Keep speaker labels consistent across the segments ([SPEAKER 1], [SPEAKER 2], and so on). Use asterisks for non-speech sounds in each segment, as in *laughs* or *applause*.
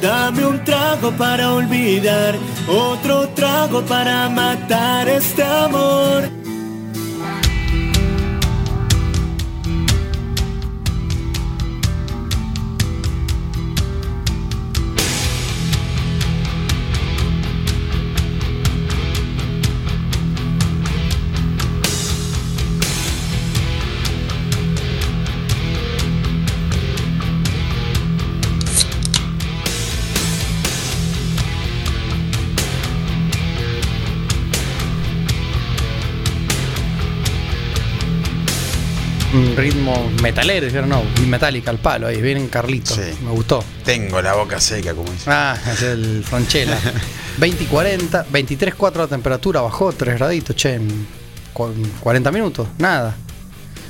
[SPEAKER 1] Dame un trago para olvidar, otro trago para matar este amor.
[SPEAKER 2] Un ritmo metalero, dijeron, no, y metálica al palo, ahí, bien Carlito.
[SPEAKER 3] Sí.
[SPEAKER 2] Me gustó.
[SPEAKER 3] Tengo la boca seca, como dice.
[SPEAKER 2] Ah, es el *laughs* Franchella. 20 y 40, 23, 4 la temperatura, bajó 3 graditos, che, en cu- 40 minutos, nada.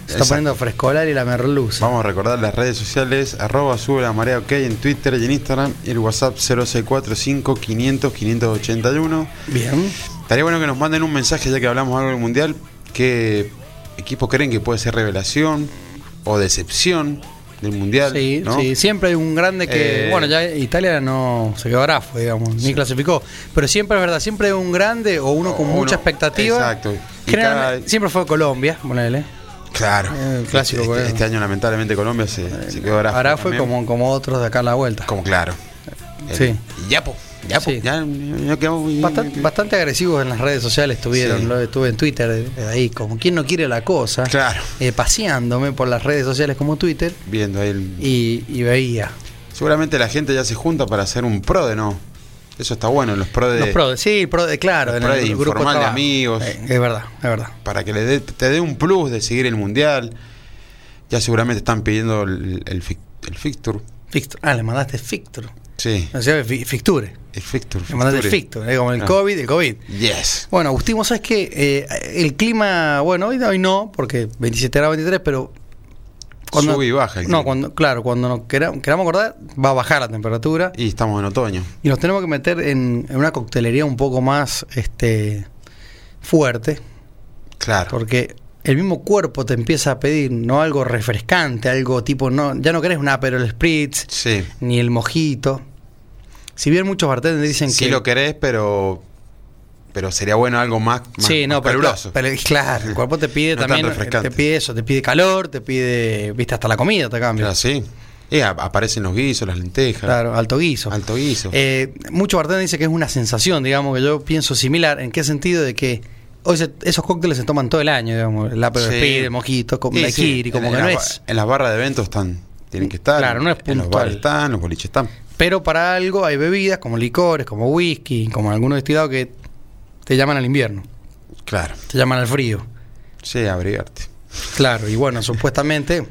[SPEAKER 2] Se está
[SPEAKER 3] Exacto.
[SPEAKER 2] poniendo frescolar y la merluza.
[SPEAKER 3] Vamos a recordar las redes sociales, arroba sube la marea ok en Twitter y en Instagram, y el WhatsApp 0645 500 581.
[SPEAKER 2] Bien.
[SPEAKER 3] Estaría bueno que nos manden un mensaje ya que hablamos algo del mundial. ¿Qué equipo creen que puede ser revelación o decepción del mundial?
[SPEAKER 2] Sí,
[SPEAKER 3] ¿no?
[SPEAKER 2] sí, siempre hay un grande que.
[SPEAKER 3] Eh,
[SPEAKER 2] bueno, ya Italia no se quedó grafo, digamos, ni clasificó. Pero siempre es verdad, siempre hay un grande o uno con
[SPEAKER 3] O
[SPEAKER 2] mucha
[SPEAKER 3] uno-
[SPEAKER 2] expectativa.
[SPEAKER 3] exacto. Y
[SPEAKER 2] Generalmente,
[SPEAKER 3] cada-
[SPEAKER 2] siempre fue Colombia, ponele.
[SPEAKER 3] Claro.
[SPEAKER 2] Eh, el clásico,
[SPEAKER 3] Este-
[SPEAKER 2] bueno.
[SPEAKER 3] este, este año lamentablemente Colombia se, se quedó
[SPEAKER 2] Ahora fue
[SPEAKER 3] también.
[SPEAKER 2] como, como otros de acá a la vuelta.
[SPEAKER 3] Como claro.
[SPEAKER 2] Sí.
[SPEAKER 3] Yapo. Yapo.
[SPEAKER 2] Sí.
[SPEAKER 3] Ya, ya quedamos-
[SPEAKER 2] Bastante, bastante agresivos en las redes sociales estuvieron,
[SPEAKER 3] Sí.
[SPEAKER 2] lo estuve en Twitter, eh, ahí como quien no quiere la cosa,
[SPEAKER 3] Claro.
[SPEAKER 2] eh, paseándome por las redes sociales como Twitter
[SPEAKER 3] Viendo ahí el-
[SPEAKER 2] y, y veía.
[SPEAKER 3] Seguramente la gente ya se junta para hacer un pro de no. Eso está bueno, los pro de.
[SPEAKER 2] Los pro, sí, el pro de- claro,
[SPEAKER 3] los
[SPEAKER 2] en
[SPEAKER 3] pro
[SPEAKER 2] el
[SPEAKER 3] de
[SPEAKER 2] grupo
[SPEAKER 3] informal de
[SPEAKER 2] trabajo.
[SPEAKER 3] amigos.
[SPEAKER 2] Eh, es verdad, es verdad.
[SPEAKER 3] Para que le dé- te dé un plus de seguir el mundial. Ya seguramente están pidiendo el, el, fi- el fixture.
[SPEAKER 2] Fictur. Ah, le mandaste Fictur.
[SPEAKER 3] Sí,
[SPEAKER 2] O sea, fi- Ficture.
[SPEAKER 3] el fixture.
[SPEAKER 2] Le mandaste
[SPEAKER 3] fixture.
[SPEAKER 2] Fictur, eh, como el
[SPEAKER 3] Ah.
[SPEAKER 2] COVID, el COVID.
[SPEAKER 3] Yes.
[SPEAKER 2] Bueno, Agustín, vos sabés que eh, el clima, bueno, hoy, hoy no, porque 27 grados 23, pero.
[SPEAKER 3] Sube y baja el
[SPEAKER 2] No,
[SPEAKER 3] clima.
[SPEAKER 2] cuando, claro, cuando nos queramos, queramos acordar, va a bajar la temperatura
[SPEAKER 3] Y estamos en otoño.
[SPEAKER 2] y nos tenemos que meter en, en una coctelería un poco más este fuerte,
[SPEAKER 3] Claro.
[SPEAKER 2] porque el mismo cuerpo te empieza a pedir no algo refrescante, algo tipo, no ya no querés un Aperol Spritz,
[SPEAKER 3] Sí.
[SPEAKER 2] ni el mojito. Si bien muchos bartenders dicen
[SPEAKER 3] Sí
[SPEAKER 2] que...
[SPEAKER 3] lo querés, pero. Pero sería bueno algo más, más-
[SPEAKER 2] Sí,
[SPEAKER 3] más
[SPEAKER 2] no, pero,
[SPEAKER 3] caluroso.
[SPEAKER 2] pero claro, el cuerpo te pide
[SPEAKER 3] No tan
[SPEAKER 2] también,
[SPEAKER 3] refrescante.
[SPEAKER 2] te pide eso, te pide calor, te pide, viste, hasta la comida te cambia.
[SPEAKER 3] Claro, sí. Y a- aparecen los guisos, las lentejas.
[SPEAKER 2] Claro, alto guiso.
[SPEAKER 3] Alto guiso.
[SPEAKER 2] Eh, muchos bartenders dicen que es una sensación, digamos, que yo pienso similar. ¿En qué sentido? De que hoy se- esos cócteles se toman todo el año, digamos. El Aperol
[SPEAKER 3] Sí.
[SPEAKER 2] Spritz, el mojito, con
[SPEAKER 3] Sí,
[SPEAKER 2] daiquiri,
[SPEAKER 3] sí.
[SPEAKER 2] como
[SPEAKER 3] En-
[SPEAKER 2] que
[SPEAKER 3] en
[SPEAKER 2] no
[SPEAKER 3] las
[SPEAKER 2] es.
[SPEAKER 3] ba- En las barras de eventos están, tienen que estar.
[SPEAKER 2] Claro, no es
[SPEAKER 3] En los
[SPEAKER 2] puntual.
[SPEAKER 3] bares están, los boliches están.
[SPEAKER 2] Pero para algo hay bebidas como licores, como whisky, como algunos destilados que te llaman al invierno,
[SPEAKER 3] Claro.
[SPEAKER 2] te llaman al frío.
[SPEAKER 3] Sí, abrigarte.
[SPEAKER 2] Claro, y bueno, supuestamente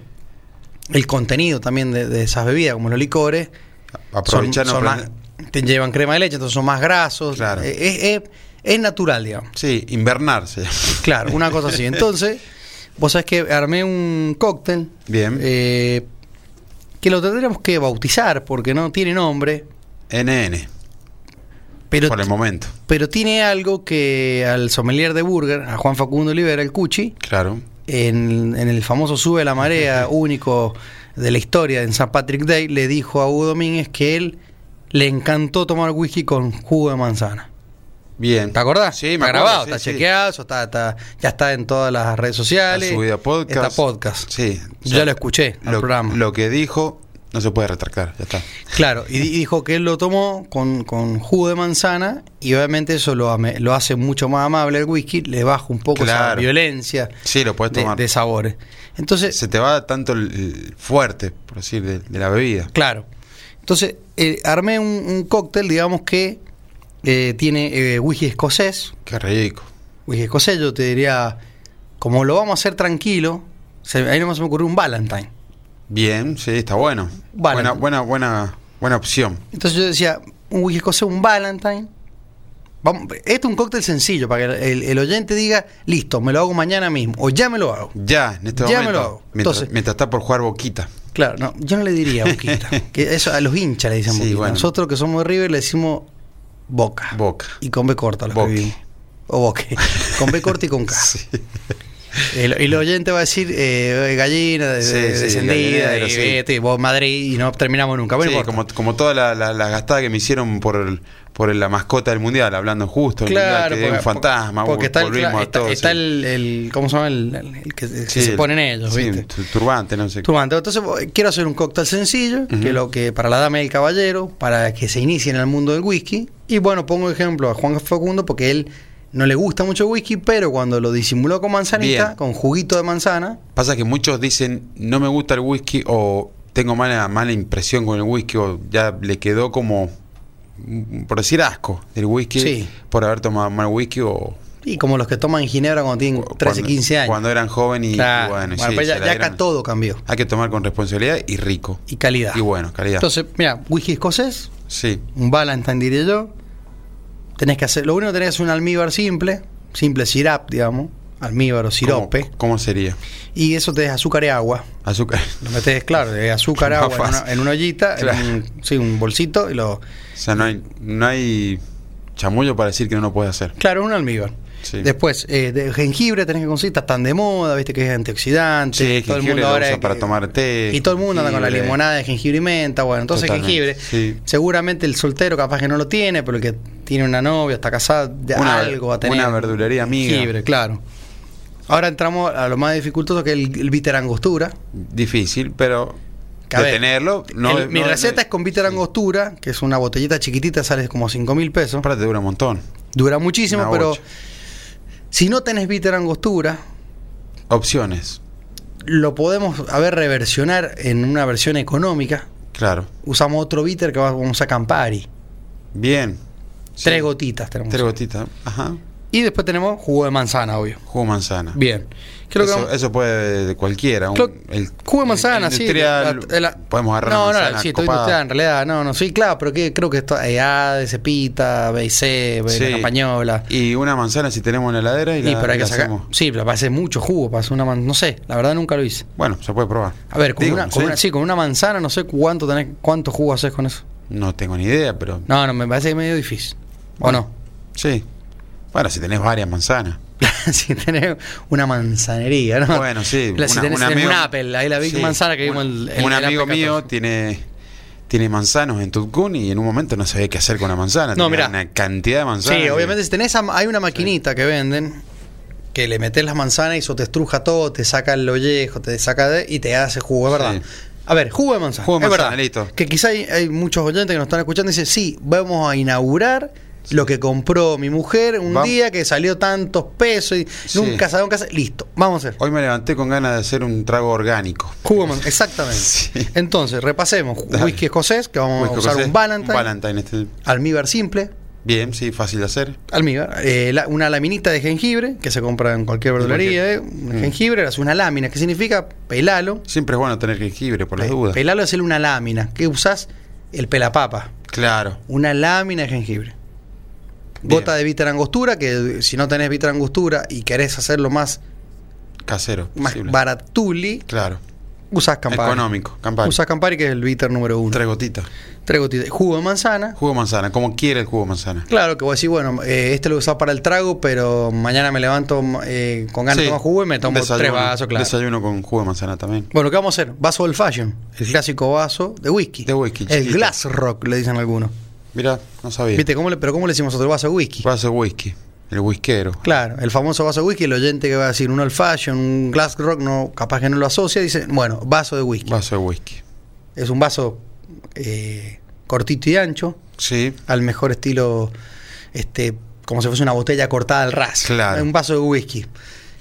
[SPEAKER 2] el contenido también de, de esas bebidas, como los licores, son,
[SPEAKER 3] Aprovechar no
[SPEAKER 2] son más-
[SPEAKER 3] prender-
[SPEAKER 2] te llevan crema de leche, entonces son más grasos.
[SPEAKER 3] Claro.
[SPEAKER 2] Eh, Es, es- es natural, digamos.
[SPEAKER 3] Sí, invernarse.
[SPEAKER 2] Claro, una cosa así. Entonces, vos sabés que armé un cóctel.
[SPEAKER 3] Bien.
[SPEAKER 2] eh, que lo tendríamos que bautizar porque no tiene nombre.
[SPEAKER 3] NN,
[SPEAKER 2] Pero,
[SPEAKER 3] por el momento.
[SPEAKER 2] pero tiene algo que al sommelier de Burger, a Juan Facundo Olivera, el Cuchi,
[SPEAKER 3] Claro.
[SPEAKER 2] en, en el famoso Sube la Marea único de la historia en San Patrick Day, le dijo a Hugo Domínguez que él le encantó tomar whisky con jugo de manzana.
[SPEAKER 3] Bien.
[SPEAKER 2] ¿Te acordás?
[SPEAKER 3] Sí, me
[SPEAKER 2] está
[SPEAKER 3] acuerdo,
[SPEAKER 2] grabado,
[SPEAKER 3] sí,
[SPEAKER 2] está
[SPEAKER 3] sí.
[SPEAKER 2] chequeado, eso está, está- ya está en todas las redes sociales.
[SPEAKER 3] Está subido a podcast.
[SPEAKER 2] Está podcast.
[SPEAKER 3] Sí.
[SPEAKER 2] Yo ya lo escuché al
[SPEAKER 3] lo,
[SPEAKER 2] programa.
[SPEAKER 3] lo que dijo no se puede retractar, ya está.
[SPEAKER 2] Claro, y di- dijo que él lo tomó con, con jugo de manzana y obviamente eso lo, ame- lo hace mucho más amable el whisky, le baja un poco esa
[SPEAKER 3] Claro.
[SPEAKER 2] violencia
[SPEAKER 3] Sí, lo puedes
[SPEAKER 2] de,
[SPEAKER 3] tomar.
[SPEAKER 2] de sabores. Entonces,
[SPEAKER 3] se te va tanto el, el fuerte, por decir, de, de la bebida.
[SPEAKER 2] Claro. Entonces, eh, armé un, un cóctel, digamos que eh, tiene eh, whisky escocés.
[SPEAKER 3] Qué rico.
[SPEAKER 2] Whisky escocés, yo te diría, como lo vamos a hacer tranquilo, se- ahí no se me ocurrió un Valentine.
[SPEAKER 3] Bien, sí, está bueno.
[SPEAKER 2] Vale.
[SPEAKER 3] Buena, buena, buena, buena opción.
[SPEAKER 2] Entonces yo decía, un whisky escocés, un Valentine. Vamos, este es un cóctel sencillo para que el, el oyente diga, listo, me lo hago mañana mismo, o ya me lo hago.
[SPEAKER 3] Ya, en este
[SPEAKER 2] Ya me
[SPEAKER 3] momento.
[SPEAKER 2] lo hago.
[SPEAKER 3] Mientras,
[SPEAKER 2] Entonces-
[SPEAKER 3] mientras está por jugar boquita.
[SPEAKER 2] Claro, no, yo no le diría
[SPEAKER 3] *laughs*
[SPEAKER 2] boquita. que eso a los hinchas le dicen
[SPEAKER 3] Sí,
[SPEAKER 2] boquita.
[SPEAKER 3] bueno.
[SPEAKER 2] Nosotros que somos de River le decimos boca.
[SPEAKER 3] Boca.
[SPEAKER 2] Y con B corta lo
[SPEAKER 3] Boque.
[SPEAKER 2] escribimos. O boque. Con B corta y con K.
[SPEAKER 3] *laughs* Sí.
[SPEAKER 2] El, el oyente va a decir eh, gallina, de-
[SPEAKER 3] Sí,
[SPEAKER 2] de-
[SPEAKER 3] sí,
[SPEAKER 2] descendida,
[SPEAKER 3] gallinero,
[SPEAKER 2] y
[SPEAKER 3] sí.
[SPEAKER 2] vete, vos Madrid, y no terminamos nunca. Bueno,
[SPEAKER 3] Sí,
[SPEAKER 2] no importa.
[SPEAKER 3] como, como toda la, la- la gastada que me hicieron por el- por la mascota del mundial, hablando justo, el mundial,
[SPEAKER 2] claro,
[SPEAKER 3] que es un fantasma, uh,
[SPEAKER 2] porque está, el,
[SPEAKER 3] volvimos
[SPEAKER 2] cla-
[SPEAKER 3] a
[SPEAKER 2] está-
[SPEAKER 3] todo,
[SPEAKER 2] está
[SPEAKER 3] sí.
[SPEAKER 2] el, el- ¿cómo se llama? El, el- el que, que
[SPEAKER 3] Sí,
[SPEAKER 2] se
[SPEAKER 3] el-
[SPEAKER 2] ponen ellos,
[SPEAKER 3] sí,
[SPEAKER 2] ¿viste?
[SPEAKER 3] tu- Turbante, no sé. qué.
[SPEAKER 2] Turbante. Entonces voy- quiero hacer un cóctel sencillo, que lo que para la dama y el caballero, para que se inicien en el mundo del whisky. Y bueno, pongo ejemplo a Juan Facundo porque él no le gusta mucho el whisky, pero cuando lo disimuló con manzanita,
[SPEAKER 3] Bien.
[SPEAKER 2] con juguito de manzana,
[SPEAKER 3] Pasa que muchos dicen, no me gusta el whisky o tengo mala, mala impresión con el whisky o ya le quedó como, mm, por decir asco, del whisky
[SPEAKER 2] Sí.
[SPEAKER 3] por haber tomado mal whisky o...
[SPEAKER 2] y como los que toman ginebra cuando tienen 13,
[SPEAKER 3] cuando-
[SPEAKER 2] 15 años.
[SPEAKER 3] Cuando eran joven y
[SPEAKER 2] Claro.
[SPEAKER 3] bueno,
[SPEAKER 2] Bueno,
[SPEAKER 3] sí,
[SPEAKER 2] pero ya,
[SPEAKER 3] se la
[SPEAKER 2] ya
[SPEAKER 3] dieron.
[SPEAKER 2] acá todo cambió.
[SPEAKER 3] Hay que tomar con responsabilidad y rico.
[SPEAKER 2] Y calidad.
[SPEAKER 3] Y bueno, calidad.
[SPEAKER 2] Entonces, mira, whisky escocés,
[SPEAKER 3] sí.
[SPEAKER 2] un Valentine diría yo. Tenés que hacer, lo único que tenés que hacer es un almíbar simple, simple sirap, digamos, almíbar o sirope,
[SPEAKER 3] ¿Cómo, cómo sería?
[SPEAKER 2] y eso te es azúcar y agua.
[SPEAKER 3] Azúcar. *laughs*
[SPEAKER 2] Lo metes, claro, de azúcar,
[SPEAKER 3] Más
[SPEAKER 2] agua en una,
[SPEAKER 3] fácil.
[SPEAKER 2] en una ollita, en
[SPEAKER 3] Claro.
[SPEAKER 2] un, sí, un bolsito y lo.
[SPEAKER 3] O sea, no hay, no hay chamullo para decir que no lo puede hacer.
[SPEAKER 2] Claro, un almíbar.
[SPEAKER 3] Sí.
[SPEAKER 2] Después, eh, de jengibre tenés que conseguir, está tan de moda, viste que es antioxidante.
[SPEAKER 3] Sí, jengibre lo usan
[SPEAKER 2] que-
[SPEAKER 3] para tomar té,
[SPEAKER 2] Y todo el mundo anda con la
[SPEAKER 3] jengibre.
[SPEAKER 2] limonada de jengibre y menta, bueno, entonces
[SPEAKER 3] Totalmente,
[SPEAKER 2] jengibre.
[SPEAKER 3] sí.
[SPEAKER 2] Seguramente el soltero capaz que no lo tiene, pero el que tiene una novia, está casado, de
[SPEAKER 3] Una-
[SPEAKER 2] algo va a tener.
[SPEAKER 3] una verdulería amiga.
[SPEAKER 2] Jengibre, claro. Ahora entramos a lo más dificultoso que es el, el bitter angostura.
[SPEAKER 3] Difícil, pero
[SPEAKER 2] A ver,
[SPEAKER 3] detenerlo. No,
[SPEAKER 2] El- mi
[SPEAKER 3] no-
[SPEAKER 2] receta
[SPEAKER 3] no-
[SPEAKER 2] es con bitter angostura, que es una botellita chiquitita, sale como 5 mil pesos.
[SPEAKER 3] Aparte dura un montón.
[SPEAKER 2] Dura muchísimo,
[SPEAKER 3] Una
[SPEAKER 2] pero
[SPEAKER 3] bocha.
[SPEAKER 2] si no tenés bitter angostura,
[SPEAKER 3] Opciones,
[SPEAKER 2] lo podemos a ver reversionar en una versión económica.
[SPEAKER 3] claro.
[SPEAKER 2] Usamos otro bitter que va- vamos a Campari.
[SPEAKER 3] Bien. Sí.
[SPEAKER 2] Tres gotitas tenemos.
[SPEAKER 3] Tres gotitas. Ajá.
[SPEAKER 2] Y después tenemos jugo de manzana, obvio.
[SPEAKER 3] Jugo de manzana.
[SPEAKER 2] Bien. Creo que
[SPEAKER 3] Eso,
[SPEAKER 2] vamos-
[SPEAKER 3] eso puede de cualquiera. un-
[SPEAKER 2] creo-
[SPEAKER 3] el-
[SPEAKER 2] jugo de manzana,
[SPEAKER 3] el
[SPEAKER 2] sí.
[SPEAKER 3] industrial,
[SPEAKER 2] la- la-
[SPEAKER 3] podemos agarrar
[SPEAKER 2] No,
[SPEAKER 3] una
[SPEAKER 2] no,
[SPEAKER 3] manzana
[SPEAKER 2] sí, estoy
[SPEAKER 3] copada.
[SPEAKER 2] industrial en realidad. No, no, sí, claro, pero que, creo que esto hay Hades, Cepita, BIC,
[SPEAKER 3] Sí.
[SPEAKER 2] Española.
[SPEAKER 3] Y una manzana si tenemos en la heladera y la,
[SPEAKER 2] Y pero hay
[SPEAKER 3] la
[SPEAKER 2] que sacar.
[SPEAKER 3] hacemos.
[SPEAKER 2] Sí, pero parece mucho jugo, para hacer una man- No sé, la verdad nunca lo hice.
[SPEAKER 3] Bueno, se puede probar.
[SPEAKER 2] A ver, con,
[SPEAKER 3] Digo,
[SPEAKER 2] una,
[SPEAKER 3] no
[SPEAKER 2] con
[SPEAKER 3] sé.
[SPEAKER 2] una- sí, con una manzana no sé cuánto tenés, cuánto jugo haces con eso.
[SPEAKER 3] No tengo ni idea, pero
[SPEAKER 2] No, no, me parece medio difícil. ¿O no? *laughs*
[SPEAKER 3] sí. Bueno, si tenés varias manzanas.
[SPEAKER 2] si tenés una manzanería, ¿no?
[SPEAKER 3] Bueno, sí.
[SPEAKER 2] *laughs* La- si
[SPEAKER 3] una-
[SPEAKER 2] tenés,
[SPEAKER 3] un
[SPEAKER 2] tenés
[SPEAKER 3] amigo-
[SPEAKER 2] un Apple, ahí la Big
[SPEAKER 3] sí,
[SPEAKER 2] Manzana que
[SPEAKER 3] un-
[SPEAKER 2] vimos en el-
[SPEAKER 3] Un
[SPEAKER 2] en el
[SPEAKER 3] amigo
[SPEAKER 2] Apple
[SPEAKER 3] mío
[SPEAKER 2] 14.
[SPEAKER 3] tiene, tiene manzanos en Tucumán y en un momento no sabía qué hacer con la manzana.
[SPEAKER 2] No,
[SPEAKER 3] Tenía
[SPEAKER 2] mirá.
[SPEAKER 3] Una cantidad de manzanas. eh.
[SPEAKER 2] Sí,
[SPEAKER 3] que-
[SPEAKER 2] obviamente si tenés, am- hay una maquinita que venden que le metes las manzanas y eso te estruja todo, te saca el ollejo, te saca de, y te hace jugo, es verdad.
[SPEAKER 3] Sí.
[SPEAKER 2] A ver, jugo de manzana.
[SPEAKER 3] Jugo de
[SPEAKER 2] es
[SPEAKER 3] manzana,
[SPEAKER 2] verdad.
[SPEAKER 3] listo.
[SPEAKER 2] Que quizá hay, hay muchos oyentes que nos están escuchando y dicen, sí, vamos a inaugurar lo que compró mi mujer un
[SPEAKER 3] Vam-
[SPEAKER 2] día que salió tantos pesos y
[SPEAKER 3] Sí.
[SPEAKER 2] nunca sabemos qué hacer. Listo, vamos a hacer.
[SPEAKER 3] Hoy me levanté con ganas de hacer un trago orgánico.
[SPEAKER 2] Jugo de manzana, exactamente.
[SPEAKER 3] Sí.
[SPEAKER 2] Entonces, repasemos.
[SPEAKER 3] Dale.
[SPEAKER 2] Whisky escocés, que vamos
[SPEAKER 3] Whisky
[SPEAKER 2] a usar
[SPEAKER 3] escocés,
[SPEAKER 2] un Valentine.
[SPEAKER 3] este.
[SPEAKER 2] Almíbar simple,
[SPEAKER 3] Bien, sí, fácil de hacer.
[SPEAKER 2] Almíbar, eh, la- una laminita de jengibre que se compra en cualquier
[SPEAKER 3] En
[SPEAKER 2] verdulería. eh,
[SPEAKER 3] cualquier-
[SPEAKER 2] un
[SPEAKER 3] Mm.
[SPEAKER 2] Jengibre, es una lámina. ¿Qué significa? Pelalo.
[SPEAKER 3] Siempre es bueno tener jengibre, por las
[SPEAKER 2] Pe-
[SPEAKER 3] dudas.
[SPEAKER 2] Pelalo es el- una lámina. ¿Qué usás? El pelapapa.
[SPEAKER 3] Claro.
[SPEAKER 2] Una lámina de jengibre.
[SPEAKER 3] Bien.
[SPEAKER 2] Gota de bitter angostura, que eh, si no tenés bitter angostura y querés hacerlo más,
[SPEAKER 3] Casero.
[SPEAKER 2] más
[SPEAKER 3] posible.
[SPEAKER 2] baratuli,
[SPEAKER 3] Claro.
[SPEAKER 2] usás campari.
[SPEAKER 3] Económico. Campari.
[SPEAKER 2] Usás campari, que es el bitter número uno.
[SPEAKER 3] Tres gotitas.
[SPEAKER 2] Tres gotitas. Jugo de manzana.
[SPEAKER 3] Jugo de manzana, como quiere el jugo de manzana.
[SPEAKER 2] Claro, que vos decís, bueno, eh, este lo usás para el trago, pero mañana me levanto eh, con ganas
[SPEAKER 3] Sí,
[SPEAKER 2] de tomar jugo y me tomo
[SPEAKER 3] desayuno,
[SPEAKER 2] tres vasos, claro.
[SPEAKER 3] Desayuno con jugo de manzana también.
[SPEAKER 2] Bueno, ¿qué vamos a hacer? Vaso old fashion, el clásico vaso de whisky.
[SPEAKER 3] De whisky,
[SPEAKER 2] El
[SPEAKER 3] chiquito.
[SPEAKER 2] glass rock, le dicen algunos.
[SPEAKER 3] Mirá, no sabía.
[SPEAKER 2] ¿Viste? ¿Cómo le, pero ¿cómo le decimos otro vaso de whisky?
[SPEAKER 3] Vaso de whisky, el whiskero.
[SPEAKER 2] Claro, el famoso vaso de whisky, el oyente que va a decir un old fashion, un glass rock, no, capaz que no lo asocia, dice, bueno, vaso de whisky.
[SPEAKER 3] Vaso de whisky.
[SPEAKER 2] Es un vaso eh, cortito y ancho,
[SPEAKER 3] Sí,
[SPEAKER 2] al mejor estilo, este, como si fuese una botella cortada al ras.
[SPEAKER 3] Claro.
[SPEAKER 2] Un vaso de whisky.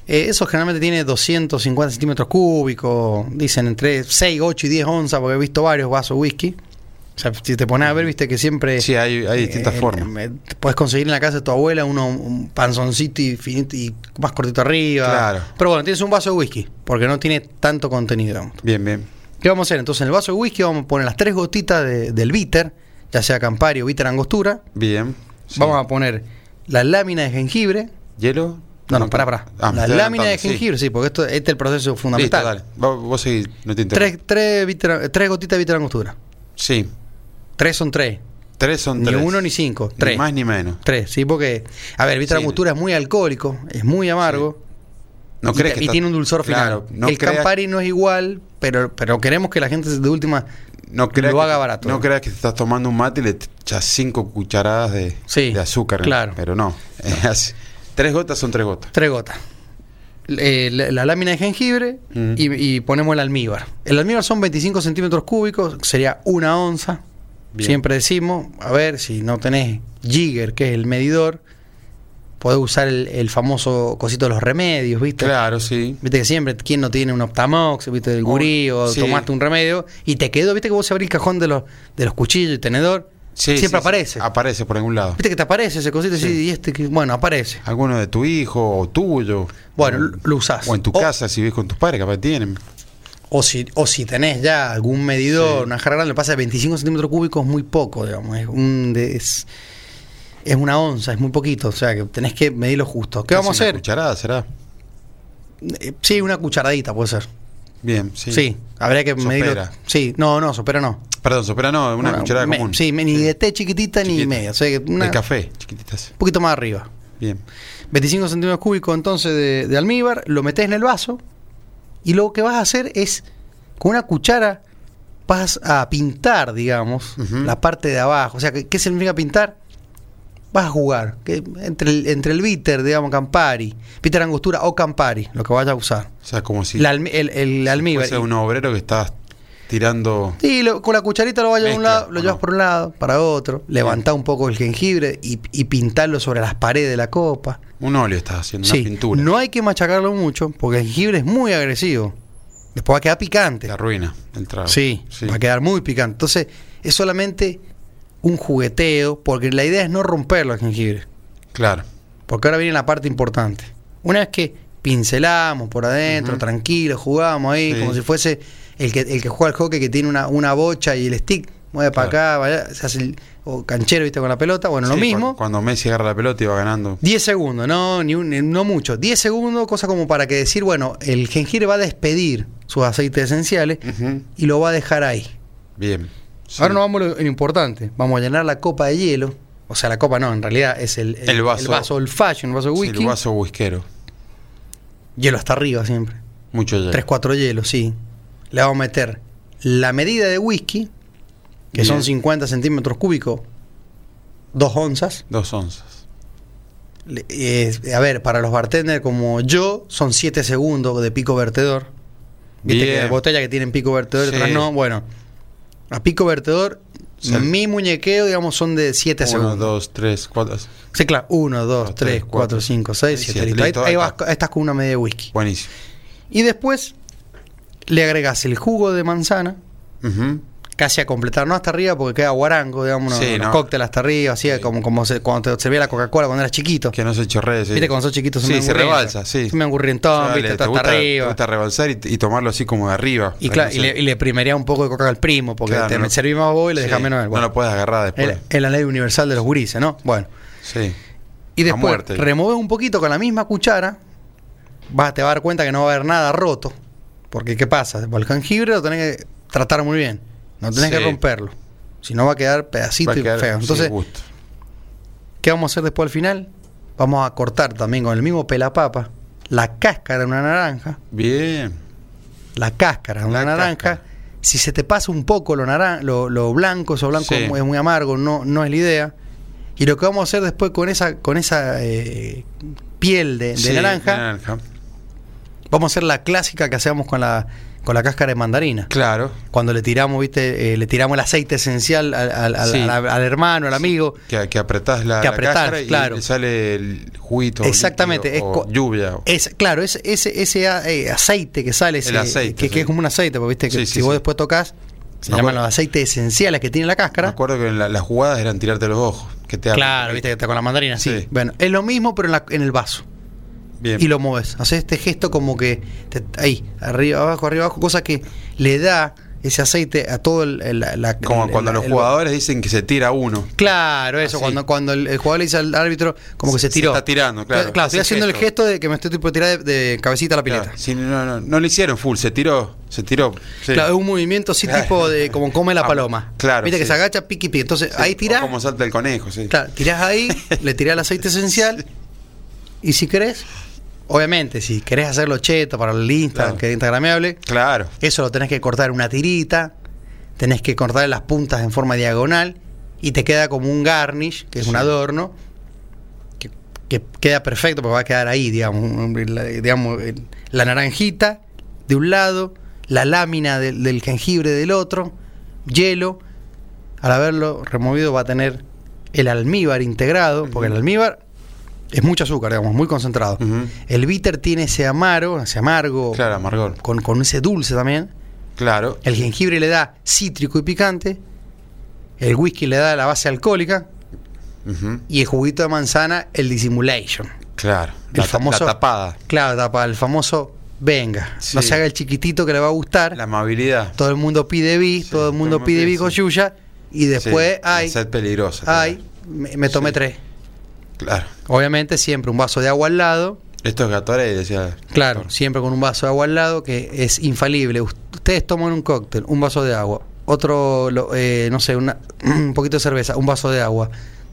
[SPEAKER 2] Eh, eso generalmente tiene 250 centímetros cúbicos, dicen entre 6, 8 y 10 onzas, porque he visto varios vasos de whisky. O sea, si te pones a ver, viste que siempre...
[SPEAKER 3] sí, hay, hay distintas
[SPEAKER 2] eh,
[SPEAKER 3] formas.
[SPEAKER 2] eh, Puedes conseguir en la casa de tu abuela uno un panzoncito y, finito y más cortito arriba.
[SPEAKER 3] Claro.
[SPEAKER 2] Pero bueno, tienes un vaso de whisky, porque no tiene tanto contenido. digamos.
[SPEAKER 3] Bien, bien.
[SPEAKER 2] ¿Qué vamos a hacer? Entonces, en el vaso de whisky vamos a poner las tres gotitas de- del bitter, ya sea Campari o bitter angostura.
[SPEAKER 3] Bien. sí.
[SPEAKER 2] Vamos a poner la lámina de jengibre.
[SPEAKER 3] ¿Hielo?
[SPEAKER 2] No, no, pará, pará.
[SPEAKER 3] Ah, me
[SPEAKER 2] la lámina
[SPEAKER 3] estoy
[SPEAKER 2] de
[SPEAKER 3] adelantando, sí.
[SPEAKER 2] jengibre, sí, porque esto, este es el proceso
[SPEAKER 3] Listo,
[SPEAKER 2] fundamental.
[SPEAKER 3] dale. Vos, vos seguís, no te interrumpo.
[SPEAKER 2] tres, tres, bitter- tres gotitas de bitter angostura.
[SPEAKER 3] Sí.
[SPEAKER 2] Tres son tres.
[SPEAKER 3] Tres son
[SPEAKER 2] Ni
[SPEAKER 3] tres.
[SPEAKER 2] uno ni cinco.
[SPEAKER 3] Ni
[SPEAKER 2] Tres.
[SPEAKER 3] más ni menos.
[SPEAKER 2] Tres, sí, porque. A ver, bitter
[SPEAKER 3] Sí.
[SPEAKER 2] angostura es muy alcohólico, es muy amargo.
[SPEAKER 3] No
[SPEAKER 2] y,
[SPEAKER 3] crees
[SPEAKER 2] ta- y
[SPEAKER 3] que está-
[SPEAKER 2] tiene un dulzor final.
[SPEAKER 3] Claro, no
[SPEAKER 2] el
[SPEAKER 3] creas-
[SPEAKER 2] Campari no es igual, pero, pero queremos que la gente de última
[SPEAKER 3] No creas
[SPEAKER 2] lo
[SPEAKER 3] que-
[SPEAKER 2] haga barato.
[SPEAKER 3] No creas que te estás tomando un mate y le echas cinco cucharadas de,
[SPEAKER 2] Sí,
[SPEAKER 3] de azúcar.
[SPEAKER 2] claro.
[SPEAKER 3] Pero no. es así. tres gotas son tres gotas.
[SPEAKER 2] Tres gotas. Eh, la, la lámina de jengibre
[SPEAKER 3] Mm.
[SPEAKER 2] y, y ponemos el almíbar. El almíbar son 25 centímetros cúbicos, sería una onza.
[SPEAKER 3] Bien.
[SPEAKER 2] Siempre decimos, a ver, si no tenés jigger, que es el medidor, podés usar el, el famoso cosito de los remedios, ¿viste?
[SPEAKER 3] Claro, sí.
[SPEAKER 2] Viste que siempre, ¿quién no tiene un Optamox, viste, del
[SPEAKER 3] Oh,
[SPEAKER 2] gurí, o
[SPEAKER 3] sí.
[SPEAKER 2] tomaste un remedio y te quedó, viste que vos abrís el cajón de los, de los cuchillos y tenedor?
[SPEAKER 3] Sí, sí, sí.
[SPEAKER 2] siempre aparece.
[SPEAKER 3] Aparece por algún lado.
[SPEAKER 2] Viste que te aparece ese cosito y
[SPEAKER 3] Sí.
[SPEAKER 2] decís, y este, que- bueno, aparece.
[SPEAKER 3] Alguno de tu hijo o tuyo.
[SPEAKER 2] Bueno,
[SPEAKER 3] O-
[SPEAKER 2] lo- lo usás.
[SPEAKER 3] O en tu
[SPEAKER 2] O-
[SPEAKER 3] casa, si vives con tus padres, capaz tienen.
[SPEAKER 2] O si, o si tenés ya algún medidor,
[SPEAKER 3] Sí.
[SPEAKER 2] una jarra grande, lo que pasa es que 25 centímetros cúbicos es muy poco, digamos. Es, un, de- es, es una onza, es muy poquito. O sea, que tenés que medirlo justo. ¿Qué
[SPEAKER 3] Casi
[SPEAKER 2] vamos a
[SPEAKER 3] una
[SPEAKER 2] hacer?
[SPEAKER 3] Cucharada, será.
[SPEAKER 2] Eh, Sí, una cucharadita puede ser.
[SPEAKER 3] Bien,
[SPEAKER 2] Sí,
[SPEAKER 3] sí.
[SPEAKER 2] habría que
[SPEAKER 3] Sopera.
[SPEAKER 2] medirlo. Sí, no, no, sopera no.
[SPEAKER 3] Perdón, sopera no, una, cucharada
[SPEAKER 2] me-
[SPEAKER 3] común.
[SPEAKER 2] Sí, me- ni de té chiquitita, ni
[SPEAKER 3] Chiquita.
[SPEAKER 2] media. O sea, que una-
[SPEAKER 3] De café, chiquititas.
[SPEAKER 2] un poquito más arriba.
[SPEAKER 3] Bien.
[SPEAKER 2] 25 centímetros cúbicos entonces de, de almíbar, lo metes en el vaso y lo que vas a hacer es, con una cuchara, vas a pintar, digamos,
[SPEAKER 3] Ujú.
[SPEAKER 2] la parte de abajo. O sea, ¿qué, qué significa pintar? Vas a jugar que entre, el, entre el bitter, digamos, Campari, bitter angostura o Campari, lo que vayas a usar.
[SPEAKER 3] O sea, como si
[SPEAKER 2] La almi- el, el almíbar.
[SPEAKER 3] fuese un obrero que estás tirando.
[SPEAKER 2] Sí, lo- con la cucharita lo vayas a un
[SPEAKER 3] Mezcla,
[SPEAKER 2] lado,
[SPEAKER 3] ¿o
[SPEAKER 2] lo llevas
[SPEAKER 3] no?
[SPEAKER 2] por un lado, para otro, levantá un poco el jengibre y, y pintarlo sobre las paredes de la copa.
[SPEAKER 3] Un óleo estás haciendo, una pintura.
[SPEAKER 2] No hay que machacarlo mucho porque el jengibre es muy agresivo. Después va a quedar picante.
[SPEAKER 3] Te arruina el trago.
[SPEAKER 2] Sí, va a quedar muy picante. Entonces, es solamente un jugueteo porque la idea es no romperlo el jengibre.
[SPEAKER 3] Claro.
[SPEAKER 2] Porque ahora viene la parte importante. Una vez que pincelamos por adentro,
[SPEAKER 3] Ujú.
[SPEAKER 2] tranquilo, jugamos ahí,
[SPEAKER 3] Sí.
[SPEAKER 2] como si fuese el que, el que juega al hockey que tiene una, una bocha y el stick, mueve para acá, vaya, se hace el o canchero, viste, con la pelota. Bueno, lo
[SPEAKER 3] Sí,
[SPEAKER 2] mismo.
[SPEAKER 3] cu- Cuando Messi agarra la pelota y va ganando.
[SPEAKER 2] 10 segundos, no, ni un- ni- no mucho. 10 segundos, cosa como para que decir, bueno, el jengibre va a despedir sus aceites esenciales
[SPEAKER 3] Ujú.
[SPEAKER 2] y lo va a dejar ahí.
[SPEAKER 3] Bien. Sí.
[SPEAKER 2] Ahora nos vamos a lo, lo importante. Vamos a llenar la copa de hielo. O sea, la copa no, en realidad es el,
[SPEAKER 3] El vaso.
[SPEAKER 2] old fashion, el vaso de
[SPEAKER 3] Sí,
[SPEAKER 2] whisky.
[SPEAKER 3] el vaso whiskero.
[SPEAKER 2] Hielo hasta arriba siempre.
[SPEAKER 3] Mucho ya.
[SPEAKER 2] 3, 4 hielos, sí. Le vamos a meter la medida de whisky, que
[SPEAKER 3] Bien.
[SPEAKER 2] son 50 centímetros cúbicos, 2 onzas.
[SPEAKER 3] Dos onzas.
[SPEAKER 2] Le- eh, a ver, para los bartenders como yo, son 7 segundos de pico vertedor. Viste que
[SPEAKER 3] Bien.
[SPEAKER 2] hay botellas que tienen pico vertedor y
[SPEAKER 3] Sí.
[SPEAKER 2] otras no. Bueno, a pico vertedor,
[SPEAKER 3] Sí.
[SPEAKER 2] mi muñequeo, digamos, son de 7
[SPEAKER 3] Uno,
[SPEAKER 2] segundos.
[SPEAKER 3] dos, tres, cuatro.
[SPEAKER 2] Sí, claro, 1, 2, 3,
[SPEAKER 3] Dos, tres,
[SPEAKER 2] 4,
[SPEAKER 3] cuatro,
[SPEAKER 2] 5, 6,
[SPEAKER 3] seis,
[SPEAKER 2] 7. Listo.
[SPEAKER 3] siete.
[SPEAKER 2] Ahí,
[SPEAKER 3] Listo,
[SPEAKER 2] ahí
[SPEAKER 3] ahí
[SPEAKER 2] vas,
[SPEAKER 3] está.
[SPEAKER 2] ahí estás con una media de whisky.
[SPEAKER 3] Buenísimo.
[SPEAKER 2] Y después le agregas el jugo de manzana,
[SPEAKER 3] Ujú.
[SPEAKER 2] casi a completar, no hasta arriba porque queda guarango, digamos, unos,
[SPEAKER 3] Sí,
[SPEAKER 2] unos
[SPEAKER 3] ¿no?
[SPEAKER 2] cócteles hasta arriba, así
[SPEAKER 3] Sí.
[SPEAKER 2] como, como se- cuando te servía la Coca-Cola cuando eras chiquito.
[SPEAKER 3] Que no se chorree. sí.
[SPEAKER 2] Viste, cuando sos chiquito
[SPEAKER 3] Sí, se rebalsa, sí.
[SPEAKER 2] Me engurrientón,
[SPEAKER 3] Dale,
[SPEAKER 2] viste,
[SPEAKER 3] te,
[SPEAKER 2] está hasta
[SPEAKER 3] gusta,
[SPEAKER 2] arriba.
[SPEAKER 3] te gusta rebalsar y, y tomarlo así como de arriba.
[SPEAKER 2] y,
[SPEAKER 3] para
[SPEAKER 2] claro,
[SPEAKER 3] que
[SPEAKER 2] y,
[SPEAKER 3] no se-
[SPEAKER 2] le, y le primería un poco de coca al primo, porque
[SPEAKER 3] Claro,
[SPEAKER 2] te
[SPEAKER 3] no.
[SPEAKER 2] servimos a vos y le
[SPEAKER 3] Sí,
[SPEAKER 2] dejás menos a él. Bueno,
[SPEAKER 3] No lo puedes agarrar
[SPEAKER 2] es
[SPEAKER 3] después.
[SPEAKER 2] la- es la ley universal de los gurises, ¿no? Bueno.
[SPEAKER 3] Sí.
[SPEAKER 2] Y
[SPEAKER 3] A
[SPEAKER 2] después
[SPEAKER 3] muerte.
[SPEAKER 2] removes un poquito con la misma cuchara, vas, te vas a dar cuenta que no va a haber nada roto. Porque, ¿qué pasa? El jengibre lo tenés que tratar muy bien. No tenés
[SPEAKER 3] Sí.
[SPEAKER 2] que romperlo. Si no, va a quedar pedacito
[SPEAKER 3] Va a
[SPEAKER 2] y
[SPEAKER 3] quedar
[SPEAKER 2] feo.
[SPEAKER 3] sin
[SPEAKER 2] Entonces,
[SPEAKER 3] gusto.
[SPEAKER 2] ¿Qué vamos a hacer después al final? Vamos a cortar también con el mismo pelapapa la cáscara de una naranja.
[SPEAKER 3] Bien.
[SPEAKER 2] La cáscara de una
[SPEAKER 3] La
[SPEAKER 2] naranja.
[SPEAKER 3] cáscara.
[SPEAKER 2] Si se te pasa un poco lo, naran lo, lo blanco, eso blanco
[SPEAKER 3] Sí.
[SPEAKER 2] es muy- es muy amargo, no, no es la idea. Y lo que vamos a hacer después con esa, con esa eh, piel de, de
[SPEAKER 3] Sí,
[SPEAKER 2] naranja,
[SPEAKER 3] de naranja.
[SPEAKER 2] vamos a hacer la clásica que hacíamos con la, con la cáscara de mandarina.
[SPEAKER 3] Claro.
[SPEAKER 2] Cuando le tiramos, viste, Eh, le tiramos el aceite esencial al, al- al-
[SPEAKER 3] Sí.
[SPEAKER 2] al- al hermano, al amigo.
[SPEAKER 3] Que, que apretás la,
[SPEAKER 2] Que
[SPEAKER 3] la
[SPEAKER 2] apretás,
[SPEAKER 3] cáscara y
[SPEAKER 2] claro.
[SPEAKER 3] le sale el juguito.
[SPEAKER 2] Exactamente,
[SPEAKER 3] líquido
[SPEAKER 2] es
[SPEAKER 3] o
[SPEAKER 2] co-
[SPEAKER 3] lluvia. o-
[SPEAKER 2] Es, claro, es, ese, ese a- eh, aceite que sale, ese-
[SPEAKER 3] El aceite,
[SPEAKER 2] que, que
[SPEAKER 3] sí.
[SPEAKER 2] es como un aceite, porque viste que
[SPEAKER 3] Sí,
[SPEAKER 2] si
[SPEAKER 3] sí,
[SPEAKER 2] vos
[SPEAKER 3] sí.
[SPEAKER 2] después tocas, se
[SPEAKER 3] Me
[SPEAKER 2] llaman
[SPEAKER 3] acuerdo-
[SPEAKER 2] los aceites esenciales que tiene la
[SPEAKER 3] Me
[SPEAKER 2] cáscara.
[SPEAKER 3] acuerdo que en la- las jugadas eran tirarte los ojos. Que te abren.
[SPEAKER 2] Claro, viste que está con la mandarina, sí.
[SPEAKER 3] Sí.
[SPEAKER 2] Bueno, es lo mismo, pero en, la- en el vaso.
[SPEAKER 3] Bien.
[SPEAKER 2] Y lo mueves. Haces este gesto como que te- ahí, arriba, abajo, arriba, abajo, cosa que le da ese aceite a todo el. el- la- la-
[SPEAKER 3] Como
[SPEAKER 2] el-
[SPEAKER 3] cuando
[SPEAKER 2] el-
[SPEAKER 3] los
[SPEAKER 2] el-
[SPEAKER 3] jugadores dicen que se tira uno.
[SPEAKER 2] Claro, eso,
[SPEAKER 3] Así.
[SPEAKER 2] cuando, cuando el, el jugador le dice al árbitro, como que se
[SPEAKER 3] Se- se
[SPEAKER 2] tiró.
[SPEAKER 3] está tirando, claro.
[SPEAKER 2] Claro, estoy
[SPEAKER 3] Ese
[SPEAKER 2] haciendo el
[SPEAKER 3] gesto.
[SPEAKER 2] gesto de que me estoy tipo tirar de, de cabecita a la pileta.
[SPEAKER 3] Claro. Sí, no, no, no le hicieron full, se tiró. Se tiró. sí.
[SPEAKER 2] Claro, es un movimiento así
[SPEAKER 3] Claro.
[SPEAKER 2] tipo de como come la
[SPEAKER 3] Ah,
[SPEAKER 2] paloma.
[SPEAKER 3] claro,
[SPEAKER 2] Viste que
[SPEAKER 3] sí.
[SPEAKER 2] se agacha, piqui, piqui. Entonces
[SPEAKER 3] Sí,
[SPEAKER 2] ahí
[SPEAKER 3] o
[SPEAKER 2] tirás.
[SPEAKER 3] Como salta el conejo, sí. *laughs*
[SPEAKER 2] claro, tirás ahí, le tirás el aceite esencial. Y si querés, Obviamente, si querés hacerlo cheto para el Instagram,
[SPEAKER 3] Claro.
[SPEAKER 2] que es instagramable,
[SPEAKER 3] Claro.
[SPEAKER 2] eso lo tenés que cortar en una tirita, tenés que cortar las puntas en forma diagonal y te queda como un garnish, que es un
[SPEAKER 3] Sí.
[SPEAKER 2] adorno, que, que queda perfecto porque va a quedar ahí, digamos, un- un- la, digamos, el- la naranjita de un lado, la lámina del- del jengibre del otro, hielo. Al haberlo removido va a tener el almíbar integrado, porque el almíbar es mucho azúcar, digamos, muy concentrado.
[SPEAKER 3] Ujú.
[SPEAKER 2] El bitter tiene ese amaro, ese amargo,
[SPEAKER 3] Claro, amargor.
[SPEAKER 2] con, con ese dulce también.
[SPEAKER 3] Claro.
[SPEAKER 2] El jengibre le da cítrico y picante. El whisky le da la base alcohólica. Eh.
[SPEAKER 3] Ujú.
[SPEAKER 2] Y el juguito de manzana, el dissimulation.
[SPEAKER 3] Claro.
[SPEAKER 2] El
[SPEAKER 3] la, ta-
[SPEAKER 2] famoso.
[SPEAKER 3] la tapada.
[SPEAKER 2] Claro, tapa, el famoso venga.
[SPEAKER 3] Sí.
[SPEAKER 2] No se haga el chiquitito que le va a gustar.
[SPEAKER 3] La amabilidad.
[SPEAKER 2] Todo el mundo pide bis,
[SPEAKER 3] Sí,
[SPEAKER 2] todo el mundo pide bis con
[SPEAKER 3] sí.
[SPEAKER 2] Yuya. Y después,
[SPEAKER 3] Sí,
[SPEAKER 2] ay,
[SPEAKER 3] Ser peligrosa.
[SPEAKER 2] ay, me, me tomé
[SPEAKER 3] Sí.
[SPEAKER 2] tres.
[SPEAKER 3] Claro.
[SPEAKER 2] Obviamente, siempre un vaso de agua al lado.
[SPEAKER 3] Estos Gatorade decía.
[SPEAKER 2] Claro,
[SPEAKER 3] Gatorade.
[SPEAKER 2] siempre con un vaso de agua al lado, que es infalible. Ust- Ustedes toman un cóctel, un vaso de agua, otro, lo- eh, no sé, una- *clears throat* un poquito de cerveza, un vaso de agua.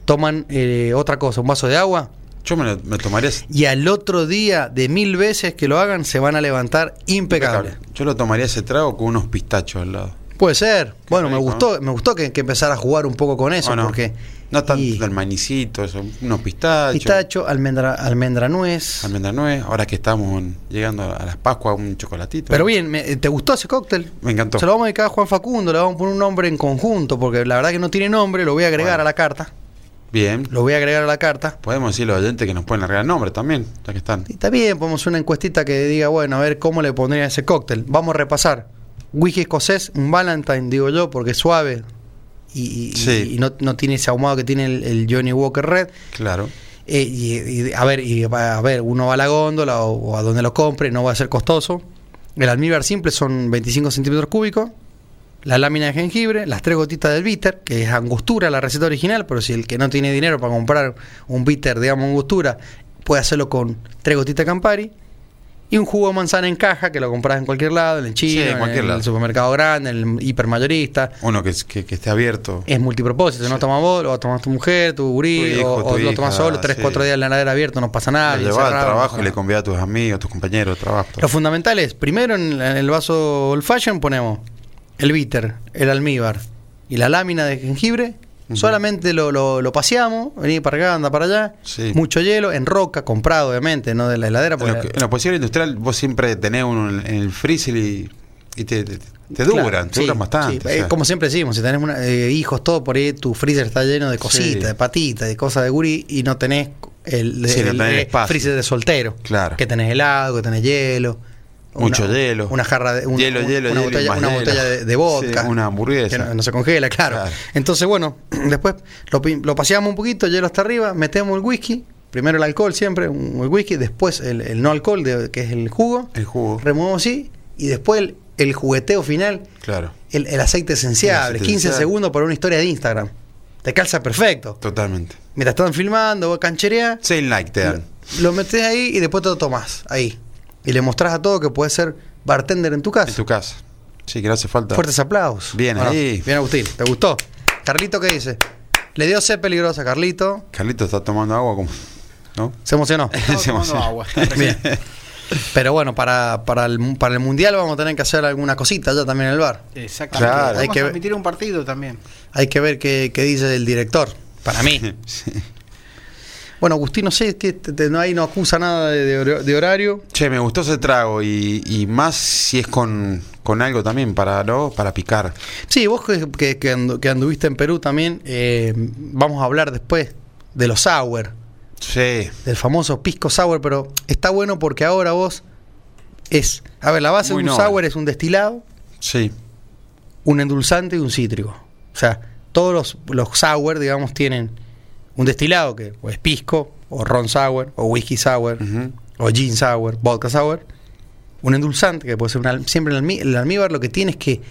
[SPEAKER 2] Toman eh, otra cosa, un vaso de agua,
[SPEAKER 3] Yo me, lo- me tomaría ese-
[SPEAKER 2] y al otro día, de mil veces que lo hagan, se van a levantar impecable.
[SPEAKER 3] Yo lo tomaría ese trago con unos pistachos al lado.
[SPEAKER 2] Puede ser. bueno, me
[SPEAKER 3] rico,
[SPEAKER 2] gustó, me gustó que, que empezara a jugar un poco con eso,
[SPEAKER 3] ¿O no?
[SPEAKER 2] porque
[SPEAKER 3] No tanto
[SPEAKER 2] y-
[SPEAKER 3] el manicito, eso, unos pistachos.
[SPEAKER 2] pistacho, almendra, almendra nuez.
[SPEAKER 3] Almendra nuez, ahora que estamos en- llegando a las Pascuas, un chocolatito.
[SPEAKER 2] Pero bien, me- ¿te gustó ese cóctel?
[SPEAKER 3] Me encantó.
[SPEAKER 2] Se lo vamos a dedicar a Juan Facundo, le vamos a poner un nombre en conjunto, porque la verdad que no tiene nombre, lo voy a agregar
[SPEAKER 3] Bueno.
[SPEAKER 2] a la carta.
[SPEAKER 3] Bien.
[SPEAKER 2] Lo voy a agregar a la carta.
[SPEAKER 3] Podemos decir los oyentes que nos pueden largar el nombre también, ya que están.
[SPEAKER 2] Y está bien, podemos hacer una encuestita que diga, bueno, a ver cómo le pondría ese cóctel. Vamos a repasar. Whisky escocés, un Valentine, digo yo, porque es suave y, y-
[SPEAKER 3] Sí.
[SPEAKER 2] y no, no tiene ese ahumado que tiene el, el Johnny Walker Red.
[SPEAKER 3] Claro.
[SPEAKER 2] Eh, y, y, a ver, y va- a ver, uno va a la góndola o, o a donde lo compre, no va a ser costoso. El almíbar simple son 25 centímetros cúbicos, la lámina de jengibre, las tres gotitas del bitter, que es angostura la receta original, pero si el que no tiene dinero para comprar un bitter, digamos angostura, puede hacerlo con tres gotitas Campari. Y un jugo de manzana en caja que lo compras en cualquier lado, en el chino,
[SPEAKER 3] Sí, en
[SPEAKER 2] en,
[SPEAKER 3] cualquier
[SPEAKER 2] el
[SPEAKER 3] lado.
[SPEAKER 2] supermercado grande, en el hipermayorista.
[SPEAKER 3] Uno que, es- que, que esté abierto.
[SPEAKER 2] Es multipropósito, no tomas vos, lo tomas tu mujer, tu gurí,
[SPEAKER 3] Tu hijo,
[SPEAKER 2] o, o
[SPEAKER 3] tu
[SPEAKER 2] lo tomas
[SPEAKER 3] hija,
[SPEAKER 2] solo, tres,
[SPEAKER 3] sí.
[SPEAKER 2] cuatro días en la heladera abierta, no pasa nada.
[SPEAKER 3] Lo
[SPEAKER 2] bien
[SPEAKER 3] llevas al
[SPEAKER 2] cerrado,
[SPEAKER 3] trabajo
[SPEAKER 2] no
[SPEAKER 3] y
[SPEAKER 2] pasa
[SPEAKER 3] le
[SPEAKER 2] nada.
[SPEAKER 3] convida a tus amigos, a tus compañeros de trabajo. todo.
[SPEAKER 2] Lo fundamental es, primero en, la- en el vaso old fashion ponemos el bitter, el almíbar y la lámina de jengibre.
[SPEAKER 3] Ujú.
[SPEAKER 2] Solamente lo, lo, lo paseamos, vení para acá, anda para allá.
[SPEAKER 3] Sí.
[SPEAKER 2] Mucho hielo, en roca, comprado obviamente, no de la heladera.
[SPEAKER 3] En
[SPEAKER 2] porque
[SPEAKER 3] lo, que- Ah, en la poesía industrial vos siempre tenés uno en en el freezer y, y te, te- te duran,
[SPEAKER 2] Claro,
[SPEAKER 3] te
[SPEAKER 2] sí,
[SPEAKER 3] duran bastante.
[SPEAKER 2] sí.
[SPEAKER 3] o
[SPEAKER 2] Eh,
[SPEAKER 3] sea.
[SPEAKER 2] como siempre decimos, si tenés una- eh, hijos, todo por ahí, tu freezer está lleno de cositas,
[SPEAKER 3] Sí.
[SPEAKER 2] de patitas, de cosas de gurí y no tenés el,
[SPEAKER 3] Sí, no
[SPEAKER 2] el-
[SPEAKER 3] tenés
[SPEAKER 2] el
[SPEAKER 3] espacio.
[SPEAKER 2] freezer de soltero.
[SPEAKER 3] Claro.
[SPEAKER 2] Que tenés helado, que tenés hielo.
[SPEAKER 3] Mucho hielo.
[SPEAKER 2] Una jarra de. un-
[SPEAKER 3] Hielo,
[SPEAKER 2] un-
[SPEAKER 3] hielo,
[SPEAKER 2] una
[SPEAKER 3] hielo y
[SPEAKER 2] botella,
[SPEAKER 3] más
[SPEAKER 2] una
[SPEAKER 3] hielo.
[SPEAKER 2] botella de, de vodka.
[SPEAKER 3] Sí, una hamburguesa.
[SPEAKER 2] Que no, no se congela, claro.
[SPEAKER 3] Claro.
[SPEAKER 2] Entonces, bueno, *clears throat* después lo, pi- lo paseamos un poquito, hielo hasta arriba, metemos el whisky. Primero el alcohol siempre, un- el whisky, después el, el no alcohol, de- que es el jugo.
[SPEAKER 3] El jugo.
[SPEAKER 2] Removemos así y después el, el jugueteo final.
[SPEAKER 3] Claro,
[SPEAKER 2] El, el aceite esencial,
[SPEAKER 3] El aceite
[SPEAKER 2] 15
[SPEAKER 3] esencial.
[SPEAKER 2] segundos para una historia de Instagram. Te calza perfecto.
[SPEAKER 3] totalmente.
[SPEAKER 2] Mientras están filmando, vos canchereás,
[SPEAKER 3] Sale like te
[SPEAKER 2] lo,
[SPEAKER 3] dan.
[SPEAKER 2] lo metés ahí y después te lo tomás, ahí. Y le mostrás a todo que puedes ser bartender en tu casa.
[SPEAKER 3] En tu casa. Sí, que no hace falta.
[SPEAKER 2] Fuertes aplausos.
[SPEAKER 3] Bien
[SPEAKER 2] ¿O no?
[SPEAKER 3] ahí.
[SPEAKER 2] Bien, Agustín. ¿Te gustó? Carlito, ¿qué dice? Le dio sed peligrosa, Carlito.
[SPEAKER 3] Carlito está tomando agua como. ¿No?
[SPEAKER 2] Se
[SPEAKER 3] *laughs*
[SPEAKER 2] emocionó.
[SPEAKER 3] Se
[SPEAKER 4] tomando
[SPEAKER 3] emociona.
[SPEAKER 4] agua, está recién.
[SPEAKER 2] Bien. Pero bueno, para, para, el, para el mundial vamos a tener que hacer alguna cosita ya también en el bar.
[SPEAKER 4] Exactamente.
[SPEAKER 3] Claro.
[SPEAKER 4] Vamos
[SPEAKER 3] *laughs*
[SPEAKER 2] Hay que
[SPEAKER 4] a
[SPEAKER 2] ver-
[SPEAKER 4] transmitir un partido también.
[SPEAKER 2] Hay que ver qué, qué dice el director. Para mí.
[SPEAKER 3] Sí.
[SPEAKER 2] Bueno, Agustín, no sé, que te- te- no, ahí no acusa nada de, de hor- de horario.
[SPEAKER 3] Che, me gustó ese trago y, y más si es con, con algo también para, ¿no? para picar.
[SPEAKER 2] Sí, vos que, que- que andu- que anduviste en Perú también, eh, vamos a hablar después de los sour,
[SPEAKER 3] Sí,
[SPEAKER 2] del famoso pisco sour, pero está bueno porque ahora vos es, a ver, la base
[SPEAKER 3] Muy
[SPEAKER 2] de un
[SPEAKER 3] noble.
[SPEAKER 2] sour es un destilado,
[SPEAKER 3] sí,
[SPEAKER 2] un endulzante y un cítrico. O sea, todos los, los sour, digamos, tienen un destilado que o es pisco, o ron sour, o whisky sour,
[SPEAKER 3] Ujú.
[SPEAKER 2] o gin sour, vodka sour. Un endulzante que puede ser un al- siempre el, almí- el almíbar lo que tiene es que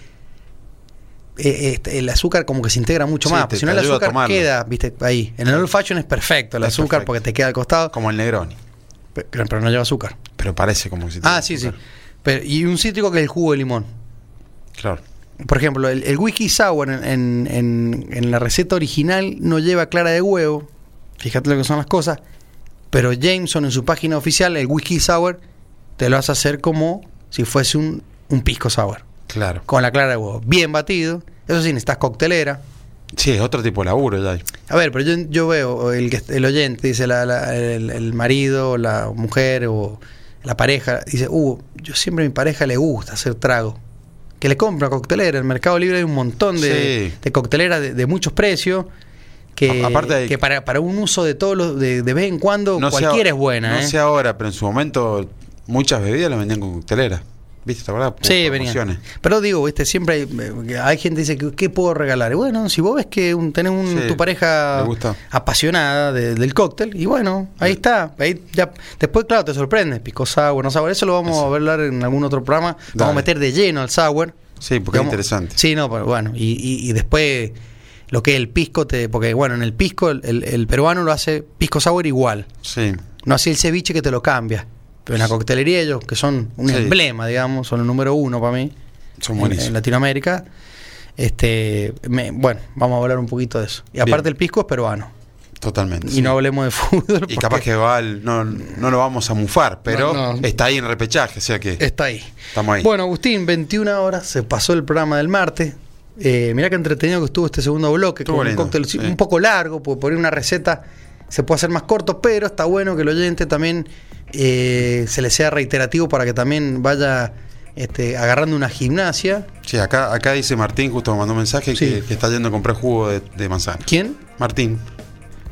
[SPEAKER 2] eh, eh, el azúcar como que se integra mucho
[SPEAKER 3] Sí,
[SPEAKER 2] más,
[SPEAKER 3] te-
[SPEAKER 2] porque si no el
[SPEAKER 3] te ayuda a
[SPEAKER 2] azúcar
[SPEAKER 3] tomarlo.
[SPEAKER 2] queda, viste, ahí. En el old fashion es perfecto el
[SPEAKER 3] Es
[SPEAKER 2] azúcar
[SPEAKER 3] perfecto.
[SPEAKER 2] porque te queda al costado,
[SPEAKER 3] como el Negroni.
[SPEAKER 2] pe- pero, pero no lleva azúcar.
[SPEAKER 3] Pero parece como si.
[SPEAKER 2] Ah, sí, sí. Pero- y un cítrico que es el jugo de limón.
[SPEAKER 3] Claro.
[SPEAKER 2] Por ejemplo, el, el whisky sour en, en- en- en la receta original no lleva clara de huevo. Fíjate lo que son las cosas. Pero Jameson en su página oficial, el whisky sour, te lo hace hacer como si fuese un, un pisco sour.
[SPEAKER 3] Claro.
[SPEAKER 2] Con la clara de huevo. Bien batido. Eso sí, necesitas coctelera.
[SPEAKER 3] Sí, es otro tipo de laburo ya.
[SPEAKER 2] A ver, pero yo, yo veo el, que- el oyente, dice la- la- el, el marido, o la mujer o la pareja, dice, uh, yo siempre a mi pareja le gusta hacer trago. Que le compra coctelera. En el Mercado Libre hay un montón de,
[SPEAKER 3] Sí.
[SPEAKER 2] de cocteleras de, de muchos precios. Que,
[SPEAKER 3] A- aparte de-
[SPEAKER 2] que para, para un uso de todos los, de, de vez en cuando,
[SPEAKER 3] No sé
[SPEAKER 2] Uh, cualquiera
[SPEAKER 3] a-
[SPEAKER 2] es buena.
[SPEAKER 3] No
[SPEAKER 2] ¿eh?
[SPEAKER 3] sé ahora, pero en su momento muchas bebidas las vendían con coctelera. ¿Viste? ¿Te acordás? Por
[SPEAKER 2] Sí, venía.
[SPEAKER 3] promociones.
[SPEAKER 2] Pero digo, viste, siempre hay, hay gente que dice, que, ¿qué puedo regalar? Y bueno, si vos ves que un- tenés un-
[SPEAKER 3] Sí,
[SPEAKER 2] tu pareja
[SPEAKER 3] le gusta.
[SPEAKER 2] apasionada de- del cóctel, y bueno, ahí está. Ahí ya, después, claro, te sorprendes, pico sour, no sour, eso lo vamos a hablar en algún otro programa. Vamos
[SPEAKER 3] Dale.
[SPEAKER 2] a meter de lleno al sour.
[SPEAKER 3] Sí, porque
[SPEAKER 2] Digamos,
[SPEAKER 3] es interesante.
[SPEAKER 2] Sí, no, pero bueno, y, y- y después lo que es el pisco, te, porque bueno, en el pisco el, el- el peruano lo hace pisco sour igual,
[SPEAKER 3] Sí.
[SPEAKER 2] no así el ceviche que te lo cambia. Pero en la coctelería ellos, que son un
[SPEAKER 3] Sí.
[SPEAKER 2] emblema, digamos, son el número uno para mí en,
[SPEAKER 3] Son
[SPEAKER 2] en
[SPEAKER 3] buenísimos.
[SPEAKER 2] Latinoamérica. Este, me- bueno, vamos a hablar un poquito de eso. Y
[SPEAKER 3] Bien.
[SPEAKER 2] aparte el pisco es peruano.
[SPEAKER 3] Totalmente.
[SPEAKER 2] Y
[SPEAKER 3] sí.
[SPEAKER 2] no hablemos de *laughs* fútbol.
[SPEAKER 3] Y capaz
[SPEAKER 2] porque
[SPEAKER 3] que va al- no, no lo vamos a mufar, pero
[SPEAKER 2] No, no.
[SPEAKER 3] está ahí en repechaje, o sea que
[SPEAKER 2] está ahí.
[SPEAKER 3] estamos ahí.
[SPEAKER 2] Bueno, Agustín, 21 horas se pasó el programa del martes. Eh, mirá que entretenido que estuvo este segundo bloque,
[SPEAKER 3] Estuvo
[SPEAKER 2] con un
[SPEAKER 3] lindo,
[SPEAKER 2] cóctel
[SPEAKER 3] sí.
[SPEAKER 2] un poco largo, porque poner una receta se puede hacer más corto, pero está bueno que el oyente también eh, se le sea reiterativo para que también vaya este, agarrando una gimnasia.
[SPEAKER 3] Sí, acá, acá dice Martín, justo me mandó un mensaje
[SPEAKER 2] Sí.
[SPEAKER 3] que, que está yendo a comprar jugo de, de manzana.
[SPEAKER 2] ¿Quién?
[SPEAKER 3] Martín,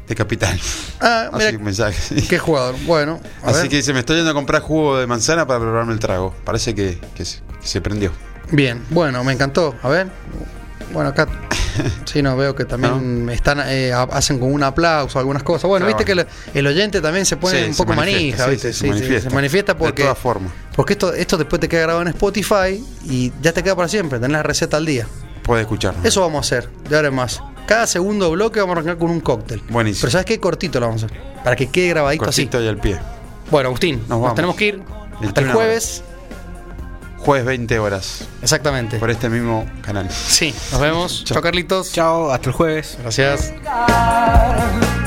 [SPEAKER 3] de Capital.
[SPEAKER 2] Ah,
[SPEAKER 3] Así
[SPEAKER 2] mira,
[SPEAKER 3] un mensaje. sí.
[SPEAKER 2] qué jugador. Bueno, a
[SPEAKER 3] Así
[SPEAKER 2] ver.
[SPEAKER 3] que dice, me estoy yendo a comprar jugo de manzana para prepararme el trago. Parece que, que se, que se prendió.
[SPEAKER 2] Bien, bueno, me encantó. A ver. Bueno,
[SPEAKER 3] *laughs*
[SPEAKER 2] acá sí, no veo que también están eh, ha- hacen con un aplauso algunas cosas. Bueno,
[SPEAKER 3] Claro,
[SPEAKER 2] viste
[SPEAKER 3] bueno.
[SPEAKER 2] que el, el oyente también se pone
[SPEAKER 3] Sí,
[SPEAKER 2] un
[SPEAKER 3] se
[SPEAKER 2] poco
[SPEAKER 3] manifiesta,
[SPEAKER 2] manija,
[SPEAKER 3] sí,
[SPEAKER 2] ¿viste? Sí,
[SPEAKER 3] sí,
[SPEAKER 2] sí, se manifiesta
[SPEAKER 3] De
[SPEAKER 2] porque
[SPEAKER 3] todas formas.
[SPEAKER 2] porque esto esto después te queda grabado en Spotify y ya te queda para siempre, tenés la receta al día.
[SPEAKER 3] Puede escucharnos.
[SPEAKER 2] Eso vamos a hacer, de ahora en más. Cada segundo bloque vamos a arrancar con un cóctel.
[SPEAKER 3] Buenísimo.
[SPEAKER 2] Pero ¿sabes qué? Cortito lo vamos a hacer. Para que quede grabadito
[SPEAKER 3] Cortito y al pie.
[SPEAKER 2] así. Bueno, Agustín, nos,
[SPEAKER 3] vamos.
[SPEAKER 2] tenemos que ir. Hasta el
[SPEAKER 3] 21
[SPEAKER 2] jueves.
[SPEAKER 3] Jueves 20 horas.
[SPEAKER 2] Exactamente.
[SPEAKER 3] Por este mismo canal.
[SPEAKER 2] Sí, nos vemos. Chao, Carlitos.
[SPEAKER 4] Chao, hasta el jueves.
[SPEAKER 2] Gracias.
[SPEAKER 5] llegar.